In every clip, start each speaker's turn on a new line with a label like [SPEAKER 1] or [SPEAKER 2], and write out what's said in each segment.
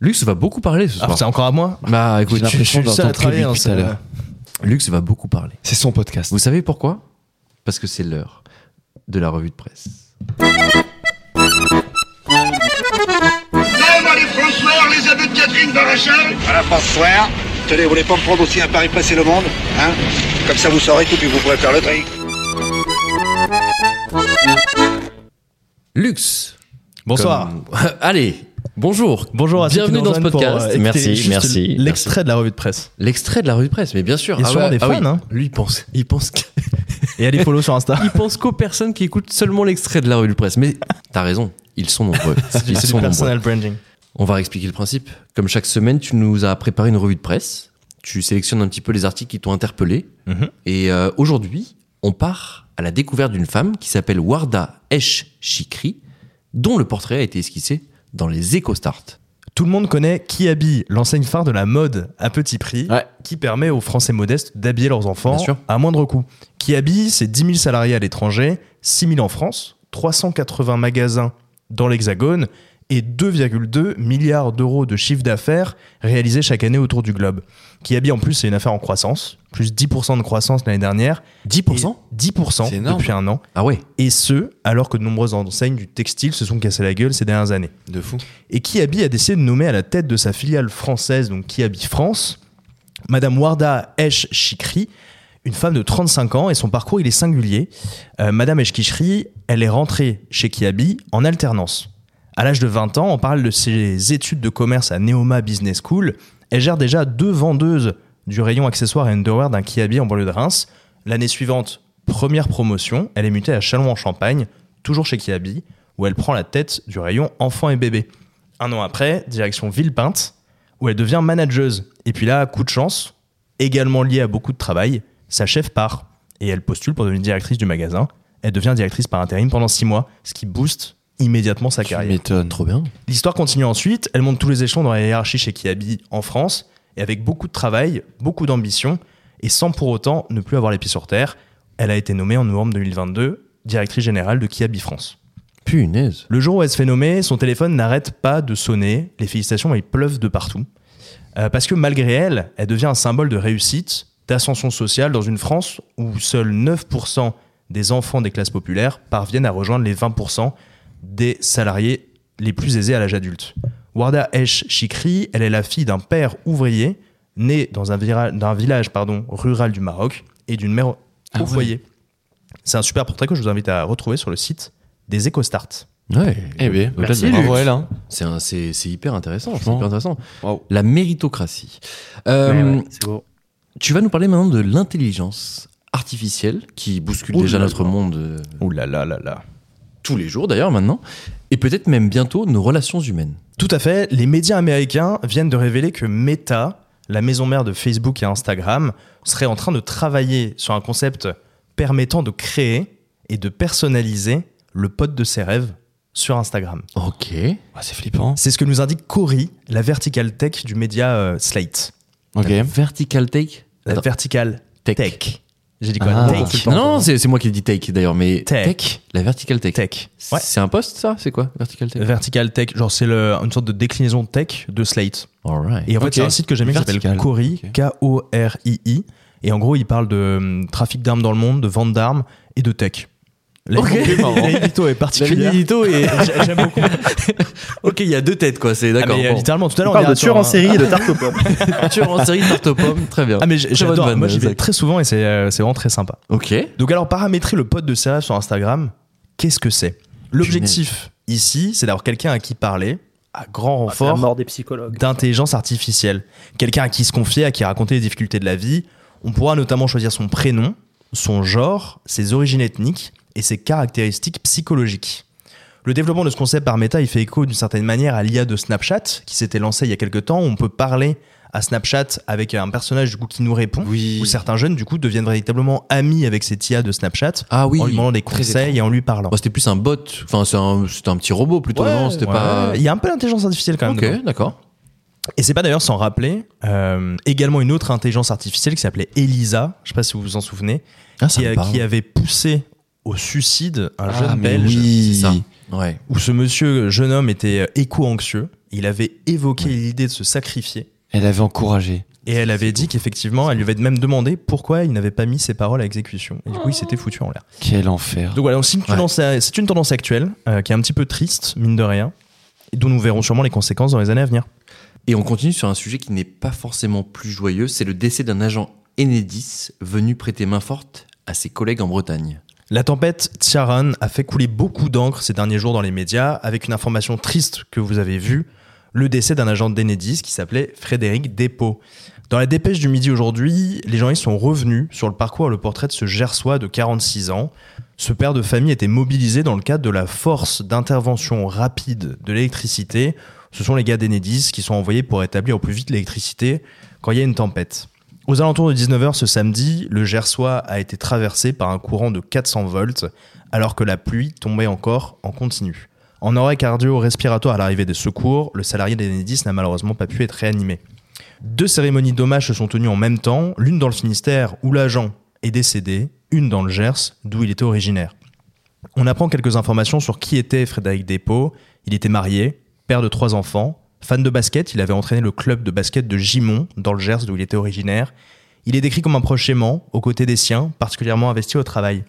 [SPEAKER 1] Lux va beaucoup parler ce
[SPEAKER 2] Ah,
[SPEAKER 1] soir.
[SPEAKER 2] c'est encore à moi
[SPEAKER 1] bah écoute, je,
[SPEAKER 2] J'ai
[SPEAKER 1] je
[SPEAKER 2] l'impression
[SPEAKER 1] suis le seul à
[SPEAKER 2] d'entendre
[SPEAKER 1] travailler
[SPEAKER 2] que lui
[SPEAKER 1] hein,
[SPEAKER 2] depuis tout à
[SPEAKER 1] c'est-
[SPEAKER 2] l'heure.
[SPEAKER 1] Lux va beaucoup parler.
[SPEAKER 2] C'est son podcast.
[SPEAKER 1] Vous savez pourquoi Parce que c'est l'heure de la revue de presse.
[SPEAKER 3] Lève les François, les abus de Catherine Barachal
[SPEAKER 4] Voilà, François. Tenez, vous voulez pas me prendre aussi un pari passer le monde Hein Comme ça, vous saurez tout, puis vous pourrez faire le tri.
[SPEAKER 1] Lux
[SPEAKER 2] Bonsoir.
[SPEAKER 1] Comme- Allez, bonjour.
[SPEAKER 2] Bonjour à
[SPEAKER 1] Bienvenue
[SPEAKER 2] ceux qui nous
[SPEAKER 1] dans ce
[SPEAKER 2] rejoignent pour,
[SPEAKER 1] podcast.
[SPEAKER 2] euh, écouter
[SPEAKER 5] Merci,
[SPEAKER 2] juste
[SPEAKER 5] merci,
[SPEAKER 2] l- L'extrait de la revue de presse.
[SPEAKER 1] L'extrait de la revue de presse, mais bien sûr. Ah
[SPEAKER 2] Il y a sûrement des
[SPEAKER 1] oui.
[SPEAKER 2] fans, hein.
[SPEAKER 1] Lui, il pense, il pense, que-
[SPEAKER 2] Et allez follow sur Insta.
[SPEAKER 1] il pense qu'aux personnes qui écoutent seulement l'extrait de la revue de presse. Mais t'as raison, ils sont nombreux.
[SPEAKER 2] C'est
[SPEAKER 1] Ils
[SPEAKER 2] du
[SPEAKER 1] sont nombreux.
[SPEAKER 2] personal branding.
[SPEAKER 1] On va réexpliquer le principe. Comme chaque semaine, tu nous as préparé une revue de presse. Tu sélectionnes un petit peu les articles qui t'ont interpellé.
[SPEAKER 2] Mhm.
[SPEAKER 1] Et euh, aujourd'hui, on part à la découverte d'une femme qui s'appelle Warda Esh Chikri, dont le portrait a été esquissé dans les EcoStart.
[SPEAKER 2] Tout le monde connaît Kiabi, l'enseigne phare de la mode à petit prix,
[SPEAKER 5] Ouais.
[SPEAKER 2] qui permet aux Français modestes d'habiller leurs enfants
[SPEAKER 1] Bien sûr.
[SPEAKER 2] à moindre coût. Kiabi, c'est 10 000 salariés à l'étranger, 6 000 en France, 380 magasins dans l'Hexagone et 2,2 milliards d'euros de chiffre d'affaires réalisés chaque année autour du globe. Kiabi, en plus, c'est une affaire en croissance, plus 10% de croissance l'année dernière. et
[SPEAKER 1] 10%
[SPEAKER 2] 10%
[SPEAKER 5] C'est énorme.
[SPEAKER 2] depuis un an.
[SPEAKER 1] Ah ouais
[SPEAKER 2] Et ce, alors que de nombreuses enseignes du textile se sont cassées la gueule ces dernières années
[SPEAKER 5] De fou.
[SPEAKER 2] et Kiabi a décidé de nommer à la tête de sa filiale française, donc Kiabi France, Madame Warda Esh Chikri, une femme de 35 ans, et son parcours il est singulier. Euh, Madame Esh Chikri, elle est rentrée chez Kiabi en alternance. À l'âge de 20 ans, on parle de ses études de commerce à Neoma Business School. Elle gère déjà deux vendeuses du rayon accessoires et underwear d'un Kiabi en banlieue de Reims. L'année suivante, première promotion, elle est mutée à Châlons-en-Champagne, toujours chez Kiabi, où elle prend la tête du rayon enfants et bébés. Un an après, direction Villepinte, où elle devient manageuse. Et puis là, coup de chance, également lié à beaucoup de travail, sa chef part et elle postule pour devenir directrice du magasin. Elle devient directrice par intérim pendant six mois, ce qui booste immédiatement sa
[SPEAKER 5] Tu
[SPEAKER 2] carrière.
[SPEAKER 5] m'étonnes.
[SPEAKER 1] Trop bien.
[SPEAKER 2] L'histoire continue ensuite, elle monte tous les échelons dans la hiérarchie chez Kiabi en France, et avec beaucoup de travail, beaucoup d'ambition, et sans pour autant ne plus avoir les pieds sur terre, elle a été nommée en novembre 2022 directrice générale de Kiabi France.
[SPEAKER 1] Punaise.
[SPEAKER 2] Le jour où elle se fait nommer, son téléphone n'arrête pas de sonner, les félicitations elles pleuvent de partout. Euh, parce que malgré elle, elle devient un symbole de réussite, d'ascension sociale dans une France où seuls 9% des enfants des classes populaires parviennent à rejoindre les 20% des salariés les plus aisés à l'âge adulte. Warda Esh Chikri, elle est la fille d'un père ouvrier né dans un, vira- d'un village pardon, rural du Maroc et d'une mère au
[SPEAKER 5] Ah ouais.
[SPEAKER 2] foyer. C'est un super portrait que je vous invite à retrouver sur le site des EcoStarts.
[SPEAKER 1] Ouais.
[SPEAKER 5] Eh bien,
[SPEAKER 1] Au-delà de la-
[SPEAKER 5] bravo elle. Hein.
[SPEAKER 1] C'est un- c'est- c'est hyper intéressant. C'est
[SPEAKER 5] Franchement.
[SPEAKER 1] hyper intéressant.
[SPEAKER 5] Wow.
[SPEAKER 1] La méritocratie. Euh, Tu vas nous parler maintenant de l'intelligence artificielle qui bouscule
[SPEAKER 2] Ouh
[SPEAKER 1] déjà
[SPEAKER 2] là
[SPEAKER 1] notre monde euh,
[SPEAKER 2] Ouh là là là là.
[SPEAKER 1] tous les jours d'ailleurs maintenant, et peut-être même bientôt nos relations humaines.
[SPEAKER 2] Tout à fait, les médias américains viennent de révéler que Meta, la maison mère de Facebook et Instagram, serait en train de travailler sur un concept permettant de créer et de personnaliser le pote de ses rêves sur Instagram.
[SPEAKER 1] Ok.
[SPEAKER 5] Ah, c'est
[SPEAKER 1] Oh.
[SPEAKER 5] flippant.
[SPEAKER 2] C'est ce que nous indique Cory, la vertical tech du média euh, Slate.
[SPEAKER 5] Ok.
[SPEAKER 1] Vertical take
[SPEAKER 2] La
[SPEAKER 1] Attends,
[SPEAKER 2] vertical
[SPEAKER 1] tech.
[SPEAKER 2] tech. J'ai dit quoi
[SPEAKER 5] Ah.
[SPEAKER 2] Tech.
[SPEAKER 1] Non, non, c'est c'est moi qui ai dit take d'ailleurs, mais
[SPEAKER 2] Tech.
[SPEAKER 1] la vertical take.
[SPEAKER 2] Tech. Ouais.
[SPEAKER 1] C'est un poste ça C'est quoi Vertical take
[SPEAKER 2] Vertical tech, genre c'est le- une sorte de déclinaison tech de Slate.
[SPEAKER 1] All right.
[SPEAKER 2] Et en fait,
[SPEAKER 5] Ok.
[SPEAKER 2] c'est un site que j'aime bien qui s'appelle
[SPEAKER 5] Vertical.
[SPEAKER 2] Kori,
[SPEAKER 5] Ok.
[SPEAKER 2] K-O-R-I-I. Et en gros, il parle de hum, trafic d'armes dans le monde, de vente d'armes et de tech. La
[SPEAKER 1] Ok.
[SPEAKER 2] L'édito est particulière.
[SPEAKER 1] édito et.
[SPEAKER 2] J'aime beaucoup.
[SPEAKER 1] ok, il y a deux têtes quoi, c'est
[SPEAKER 2] Ah,
[SPEAKER 1] d'accord.
[SPEAKER 2] mais, euh,
[SPEAKER 1] bon.
[SPEAKER 2] littéralement, tout à
[SPEAKER 6] On
[SPEAKER 2] l'heure,
[SPEAKER 6] parle
[SPEAKER 2] ira
[SPEAKER 6] de
[SPEAKER 2] sur
[SPEAKER 6] tueurs en
[SPEAKER 2] un-
[SPEAKER 6] série et de tarte aux pommes.
[SPEAKER 1] Tueur en série, tarte aux pommes, très bien.
[SPEAKER 2] Ah, mais
[SPEAKER 1] Très bonne
[SPEAKER 2] j'adore.
[SPEAKER 1] vanne,
[SPEAKER 2] Moi, j'y vais
[SPEAKER 1] Zach.
[SPEAKER 2] très souvent et c'est euh, c'est vraiment très sympa.
[SPEAKER 1] Ok.
[SPEAKER 2] Donc alors paramétrer le pote de Sarah sur Instagram, qu'est-ce que c'est L'objectif ici, c'est d'avoir quelqu'un à qui parler à grand
[SPEAKER 6] C'est la
[SPEAKER 2] renfort
[SPEAKER 6] mort Bah, des psychologues.
[SPEAKER 2] d'intelligence artificielle, quelqu'un à qui se confier, à qui raconter les difficultés de la vie. On pourra notamment choisir son prénom, son genre, ses origines ethniques et ses caractéristiques psychologiques. Le développement de ce concept par Meta, il fait écho d'une certaine manière à l'IA de Snapchat qui s'était lancée il y a quelques temps. où On peut parler à Snapchat avec un personnage du coup qui nous répond
[SPEAKER 5] Oui.
[SPEAKER 2] où certains jeunes du coup deviennent véritablement amis avec cette IA de Snapchat
[SPEAKER 1] Ah oui.
[SPEAKER 2] en lui demandant des conseils et en lui parlant.
[SPEAKER 1] Bon, c'était plus un bot, enfin c'est un, c'était un petit robot plutôt, non C'était
[SPEAKER 2] Ouais,
[SPEAKER 1] pas.
[SPEAKER 2] Il y a un peu d'intelligence artificielle quand même. dedans.
[SPEAKER 1] Ok, d'accord.
[SPEAKER 2] Et c'est pas d'ailleurs sans rappeler euh, également une autre intelligence artificielle qui s'appelait Elisa, je sais pas si vous vous en souvenez,
[SPEAKER 1] Ah, ça
[SPEAKER 2] qui,
[SPEAKER 1] me
[SPEAKER 2] a-
[SPEAKER 1] parle.
[SPEAKER 2] qui avait poussé au suicide un
[SPEAKER 5] Ah,
[SPEAKER 2] jeune
[SPEAKER 5] mais
[SPEAKER 2] belge
[SPEAKER 5] oui.
[SPEAKER 1] C'est ça. Ouais.
[SPEAKER 2] où ce monsieur jeune homme était euh, éco-anxieux il avait évoqué l'idée de se sacrifier.
[SPEAKER 5] Elle avait encouragé.
[SPEAKER 2] Et elle avait dit qu'effectivement, elle lui avait même demandé pourquoi il n'avait pas mis ses paroles à exécution. Et du coup, il s'était foutu en l'air.
[SPEAKER 5] Quel enfer.
[SPEAKER 2] Donc voilà, donc c'est une, tendance, c'est une tendance actuelle euh, qui est un petit peu triste, mine de rien, et dont nous verrons sûrement les conséquences dans les années à venir.
[SPEAKER 1] Et on continue sur un sujet qui n'est pas forcément plus joyeux, c'est le décès d'un agent Enedis venu prêter main forte à ses collègues en Bretagne.
[SPEAKER 2] La tempête Tiaran a fait couler beaucoup d'encre ces derniers jours dans les médias, avec une information triste que vous avez vue, le décès d'un agent d'Enedis qui s'appelait Frédéric Despaux. Dans la dépêche du midi aujourd'hui, les journalistes sont revenus sur le parcours et le portrait de ce Gersois de 46 ans. Ce père de famille était mobilisé dans le cadre de la force d'intervention rapide de l'électricité. Ce sont les gars d'Enedis qui sont envoyés pour établir au plus vite l'électricité quand il y a une tempête. Aux alentours de 19h ce samedi, le Gersois a été traversé par un courant de 400 volts alors que la pluie tombait encore en continu. En arrêt cardio-respiratoire à l'arrivée des secours, le salarié d'Enedis n'a malheureusement pas pu être réanimé. Deux cérémonies d'hommage se sont tenues en même temps, l'une dans le Finistère où l'agent est décédé, une dans le Gers d'où il était originaire. On apprend quelques informations sur qui était Frédéric Despaux. Il était marié, père de trois enfants, fan de basket, il avait entraîné le club de basket de Gimont dans le Gers d'où il était originaire. Il est décrit comme un proche aimant, aux côtés des siens, particulièrement investi au travail.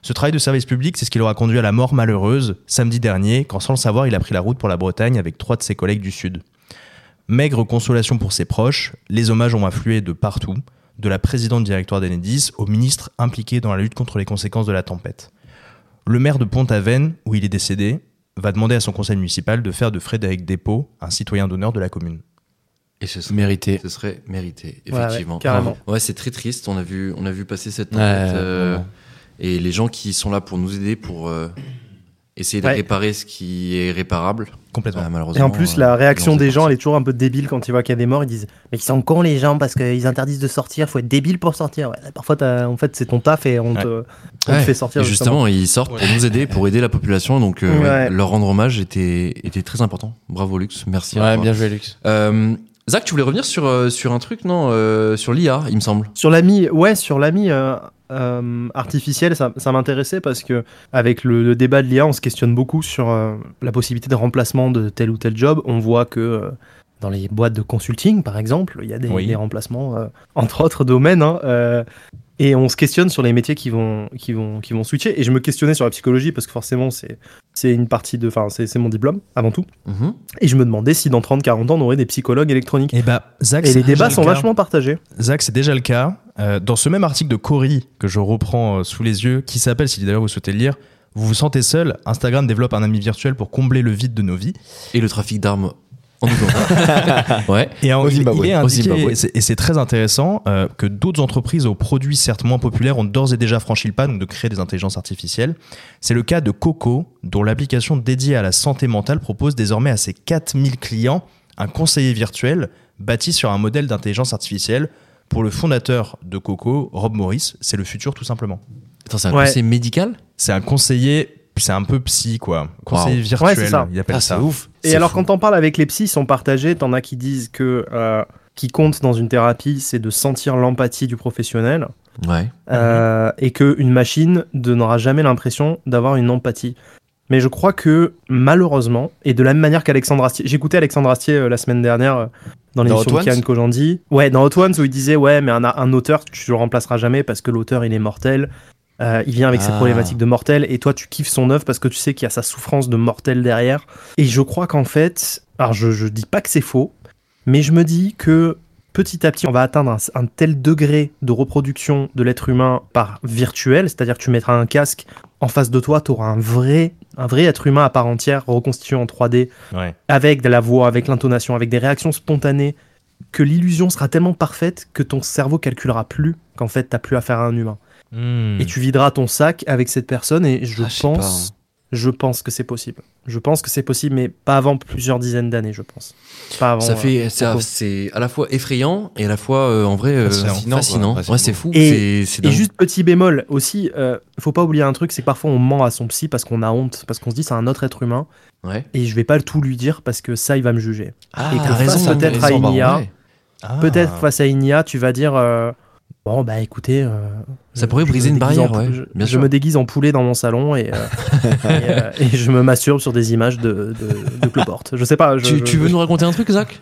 [SPEAKER 2] Ce travail de service public, c'est ce qui l'aura conduit à la mort malheureuse, samedi dernier, quand sans le savoir, il a pris la route pour la Bretagne avec trois de ses collègues du Sud. Maigre consolation pour ses proches, les hommages ont afflué de partout, de la présidente directoire d'Enedis au ministre impliqué dans la lutte contre les conséquences de la tempête. Le maire de Pont-Aven, où il est décédé, va demander à son conseil municipal de faire de Frédéric Despaux un citoyen d'honneur de la commune.
[SPEAKER 1] Et ce serait,
[SPEAKER 5] Mérité.
[SPEAKER 1] ce serait mérité,
[SPEAKER 6] ouais,
[SPEAKER 1] effectivement.
[SPEAKER 6] carrément.
[SPEAKER 1] Ouais, c'est très triste. On a vu, on a vu passer cette
[SPEAKER 5] Ouais,
[SPEAKER 1] tempête. euh,
[SPEAKER 5] vraiment.
[SPEAKER 1] et les gens qui sont là pour nous aider, pour euh, essayer de
[SPEAKER 6] Ouais.
[SPEAKER 1] réparer ce qui est réparable,
[SPEAKER 2] Complètement.
[SPEAKER 1] bah, malheureusement.
[SPEAKER 6] Et en plus,
[SPEAKER 1] euh,
[SPEAKER 6] la réaction
[SPEAKER 1] non, c'est
[SPEAKER 6] des gens,
[SPEAKER 1] parti.
[SPEAKER 6] elle est toujours un peu débile quand ils voient qu'il y a des morts. Ils disent Mais ils sont cons, les gens, parce qu'ils interdisent de sortir. Faut être débile pour sortir. Ouais, parfois, t'as- en fait, c'est ton taf et on, te, on
[SPEAKER 1] Ouais.
[SPEAKER 6] te fait sortir.
[SPEAKER 1] Et justement, ils sortent pour nous aider, pour aider la population. Donc, euh,
[SPEAKER 6] Ouais.
[SPEAKER 1] leur rendre hommage était, était très important. Bravo, Lux. Merci. à
[SPEAKER 5] Ouais,
[SPEAKER 1] toi.
[SPEAKER 7] hein.
[SPEAKER 5] bien joué, Lux.
[SPEAKER 1] Euh, Zach, tu voulais revenir sur, euh, sur un truc, non euh, Sur l'IA, il me semble.
[SPEAKER 6] Sur l'ami, ouais, sur l'ami euh, euh, artificiel, ça, ça m'intéressait parce que avec le, le débat de l'IA, on se questionne beaucoup sur euh, la possibilité de remplacement de tel ou tel job. On voit que euh, dans les boîtes de consulting, par exemple, il y a des,
[SPEAKER 2] Oui.
[SPEAKER 6] des remplacements euh, entre autres domaines. hein, euh, et on se questionne sur les métiers qui vont, qui vont, qui vont switcher. Et je me questionnais sur la psychologie parce que forcément, c'est c'est une partie de, enfin, c'est c'est mon diplôme avant tout.
[SPEAKER 1] Mhm.
[SPEAKER 6] Et je me demandais si dans 30-40 ans, on aurait des psychologues électroniques.
[SPEAKER 2] Et bah, Zach,
[SPEAKER 6] Et
[SPEAKER 2] c'est
[SPEAKER 6] les débats
[SPEAKER 2] déjà
[SPEAKER 6] sont
[SPEAKER 2] le cas.
[SPEAKER 6] vachement partagés.
[SPEAKER 2] Zach, c'est déjà le cas. Euh, dans ce même article de Cory que je reprends euh, sous les yeux, qui s'appelle, si d'ailleurs vous souhaitez le lire, vous vous sentez seul, Instagram développe un ami virtuel pour combler le vide de nos vies.
[SPEAKER 1] Et le trafic d'armes en Ouganda. ouais.
[SPEAKER 2] Et en-
[SPEAKER 5] Au
[SPEAKER 2] il-
[SPEAKER 5] Zimbabwe.
[SPEAKER 2] il est
[SPEAKER 5] Au
[SPEAKER 2] indiqué,
[SPEAKER 5] Zimbabwe.
[SPEAKER 2] et c'est- et c'est très intéressant, euh, que d'autres entreprises aux produits certes moins populaires ont d'ores et déjà franchi le pas, donc de créer des intelligences artificielles. C'est le cas de Coco, dont l'application dédiée à la santé mentale propose désormais à ses 4000 clients un conseiller virtuel bâti sur un modèle d'intelligence artificielle. Pour le fondateur de Coco, Rob Morris, c'est le futur tout simplement.
[SPEAKER 1] Attends, c'est un
[SPEAKER 6] Ouais.
[SPEAKER 1] conseil médical
[SPEAKER 2] C'est un conseiller, c'est un peu psy quoi. Conseiller
[SPEAKER 1] Wow.
[SPEAKER 2] virtuel,
[SPEAKER 6] Ouais, c'est ça.
[SPEAKER 2] il appelle
[SPEAKER 5] Ah, c'est
[SPEAKER 2] ça.
[SPEAKER 5] ouf.
[SPEAKER 6] Et
[SPEAKER 1] C'est
[SPEAKER 6] alors,
[SPEAKER 1] fou.
[SPEAKER 6] quand on parle avec les psys, ils sont partagés. T'en as qui disent que euh, qui compte dans une thérapie, c'est de sentir l'empathie du professionnel
[SPEAKER 1] Ouais.
[SPEAKER 6] euh, et qu'une machine ne- n'aura jamais l'impression d'avoir une empathie. Mais je crois que malheureusement, et de la même manière qu'Alexandre Astier, j'écoutais Alexandre Astier euh, la semaine dernière euh, dans l'émission
[SPEAKER 5] Hot
[SPEAKER 6] de Kian
[SPEAKER 5] Ones
[SPEAKER 6] Kojandi, ouais, dans Hot Ones où il disait ouais, mais un, un auteur tu le remplaceras jamais parce que l'auteur il est mortel, Euh, il vient avec ses
[SPEAKER 5] Ah.
[SPEAKER 6] problématiques de mortel et toi tu kiffes son œuvre parce que tu sais qu'il y a sa souffrance de mortel derrière. Et je crois qu'en fait, alors je, je dis pas que c'est faux, mais je me dis que petit à petit, on va atteindre un, un tel degré de reproduction de l'être humain par virtuel, c'est-à-dire que tu mettras un casque en face de toi, tu auras un vrai, un vrai être humain à part entière, reconstitué en 3D,
[SPEAKER 2] Ouais.
[SPEAKER 6] avec de la voix, avec l'intonation, avec des réactions spontanées, que l'illusion sera tellement parfaite que ton cerveau calculera plus qu'en fait, t'as plus affaire à un humain.
[SPEAKER 2] Hmm.
[SPEAKER 6] Et tu videras ton sac avec cette personne, et je
[SPEAKER 5] Ah, je sais pas,
[SPEAKER 6] pense... Je pense que c'est possible. Je pense que c'est possible, mais pas avant plusieurs dizaines d'années, je pense. Pas avant.
[SPEAKER 1] ça
[SPEAKER 6] euh,
[SPEAKER 1] fait, ça-
[SPEAKER 6] Coco.
[SPEAKER 1] c'est à la fois effrayant et à la fois, euh, en vrai, euh,
[SPEAKER 2] Fascinant,
[SPEAKER 1] fascinant.
[SPEAKER 5] quoi. Fascinant.
[SPEAKER 1] Ouais, c'est fou.
[SPEAKER 6] Et-
[SPEAKER 1] c'est- c'est
[SPEAKER 6] Et
[SPEAKER 1] dingue.
[SPEAKER 6] juste petit bémol aussi, euh, faut pas oublier un truc, c'est que parfois on ment à son psy parce qu'on a honte, parce qu'on se dit c'est un autre être humain,
[SPEAKER 1] Ouais.
[SPEAKER 6] et je vais pas tout lui dire parce que ça il va me juger.
[SPEAKER 1] Ah,
[SPEAKER 6] qu'on fasse peut-être à une IA.
[SPEAKER 1] ouais.
[SPEAKER 2] Ah.
[SPEAKER 6] Peut-être face à Inia, tu vas dire euh, bon bah écoutez, euh,
[SPEAKER 1] Ça pourrait
[SPEAKER 6] je
[SPEAKER 1] briser
[SPEAKER 6] me
[SPEAKER 1] une
[SPEAKER 6] déguise en
[SPEAKER 1] barrière, ouais,
[SPEAKER 6] pou- Je,
[SPEAKER 1] bien
[SPEAKER 6] je
[SPEAKER 1] sûr.
[SPEAKER 6] me déguise en poulet dans mon salon et, euh, et, euh, et je me masturbe sur des images de, de, de Cloporte. Je sais pas. je-
[SPEAKER 1] Tu,
[SPEAKER 6] je-
[SPEAKER 1] tu veux nous raconter un truc, Zach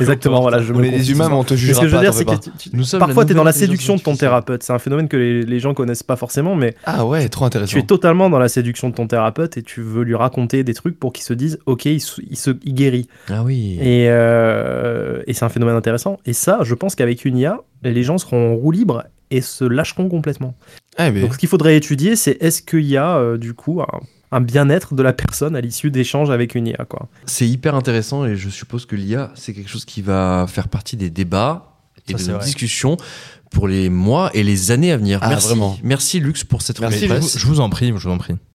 [SPEAKER 6] Exactement, voilà. Je
[SPEAKER 7] On
[SPEAKER 6] me
[SPEAKER 7] est des
[SPEAKER 6] confie
[SPEAKER 7] humains, mais on te
[SPEAKER 6] Mais ce
[SPEAKER 7] jugera
[SPEAKER 6] que je veux
[SPEAKER 7] pas,
[SPEAKER 6] dire,
[SPEAKER 7] t'en
[SPEAKER 6] c'est
[SPEAKER 7] fais
[SPEAKER 6] que
[SPEAKER 7] pas.
[SPEAKER 6] tu- tu-
[SPEAKER 1] Nous sommes la
[SPEAKER 6] parfois, tu es dans la
[SPEAKER 1] nouvelle
[SPEAKER 6] séduction de ton
[SPEAKER 1] intelligence
[SPEAKER 6] thérapeute. C'est un phénomène que les, les gens connaissent pas forcément, mais
[SPEAKER 7] Ah ouais, trop intéressant.
[SPEAKER 6] tu es totalement dans la séduction de ton thérapeute et tu veux lui raconter des trucs pour qu'il se dise, OK, il, se- il se, il guérit.
[SPEAKER 1] Ah oui.
[SPEAKER 6] Et, euh, et c'est un phénomène intéressant. Et ça, je pense qu'avec une IA, les gens seront en roue libre et se lâcheront complètement.
[SPEAKER 7] Ah, mais-
[SPEAKER 6] Donc, ce qu'il faudrait étudier, c'est est-ce qu'il y a, euh, du coup, un, un bien-être de la personne à l'issue d'échanges avec une IA, quoi.
[SPEAKER 1] C'est hyper intéressant et je suppose que l'IA, c'est quelque chose qui va faire partie des débats et
[SPEAKER 2] Ça, c'est
[SPEAKER 1] des
[SPEAKER 2] vrai.
[SPEAKER 1] discussions pour les mois et les années à venir.
[SPEAKER 5] Ah,
[SPEAKER 1] Merci.
[SPEAKER 5] vraiment.
[SPEAKER 1] Merci Lux pour cette
[SPEAKER 5] Merci,
[SPEAKER 1] revue de
[SPEAKER 2] Mais
[SPEAKER 1] presse.
[SPEAKER 2] je, vous- je vous en prie, je vous en prie.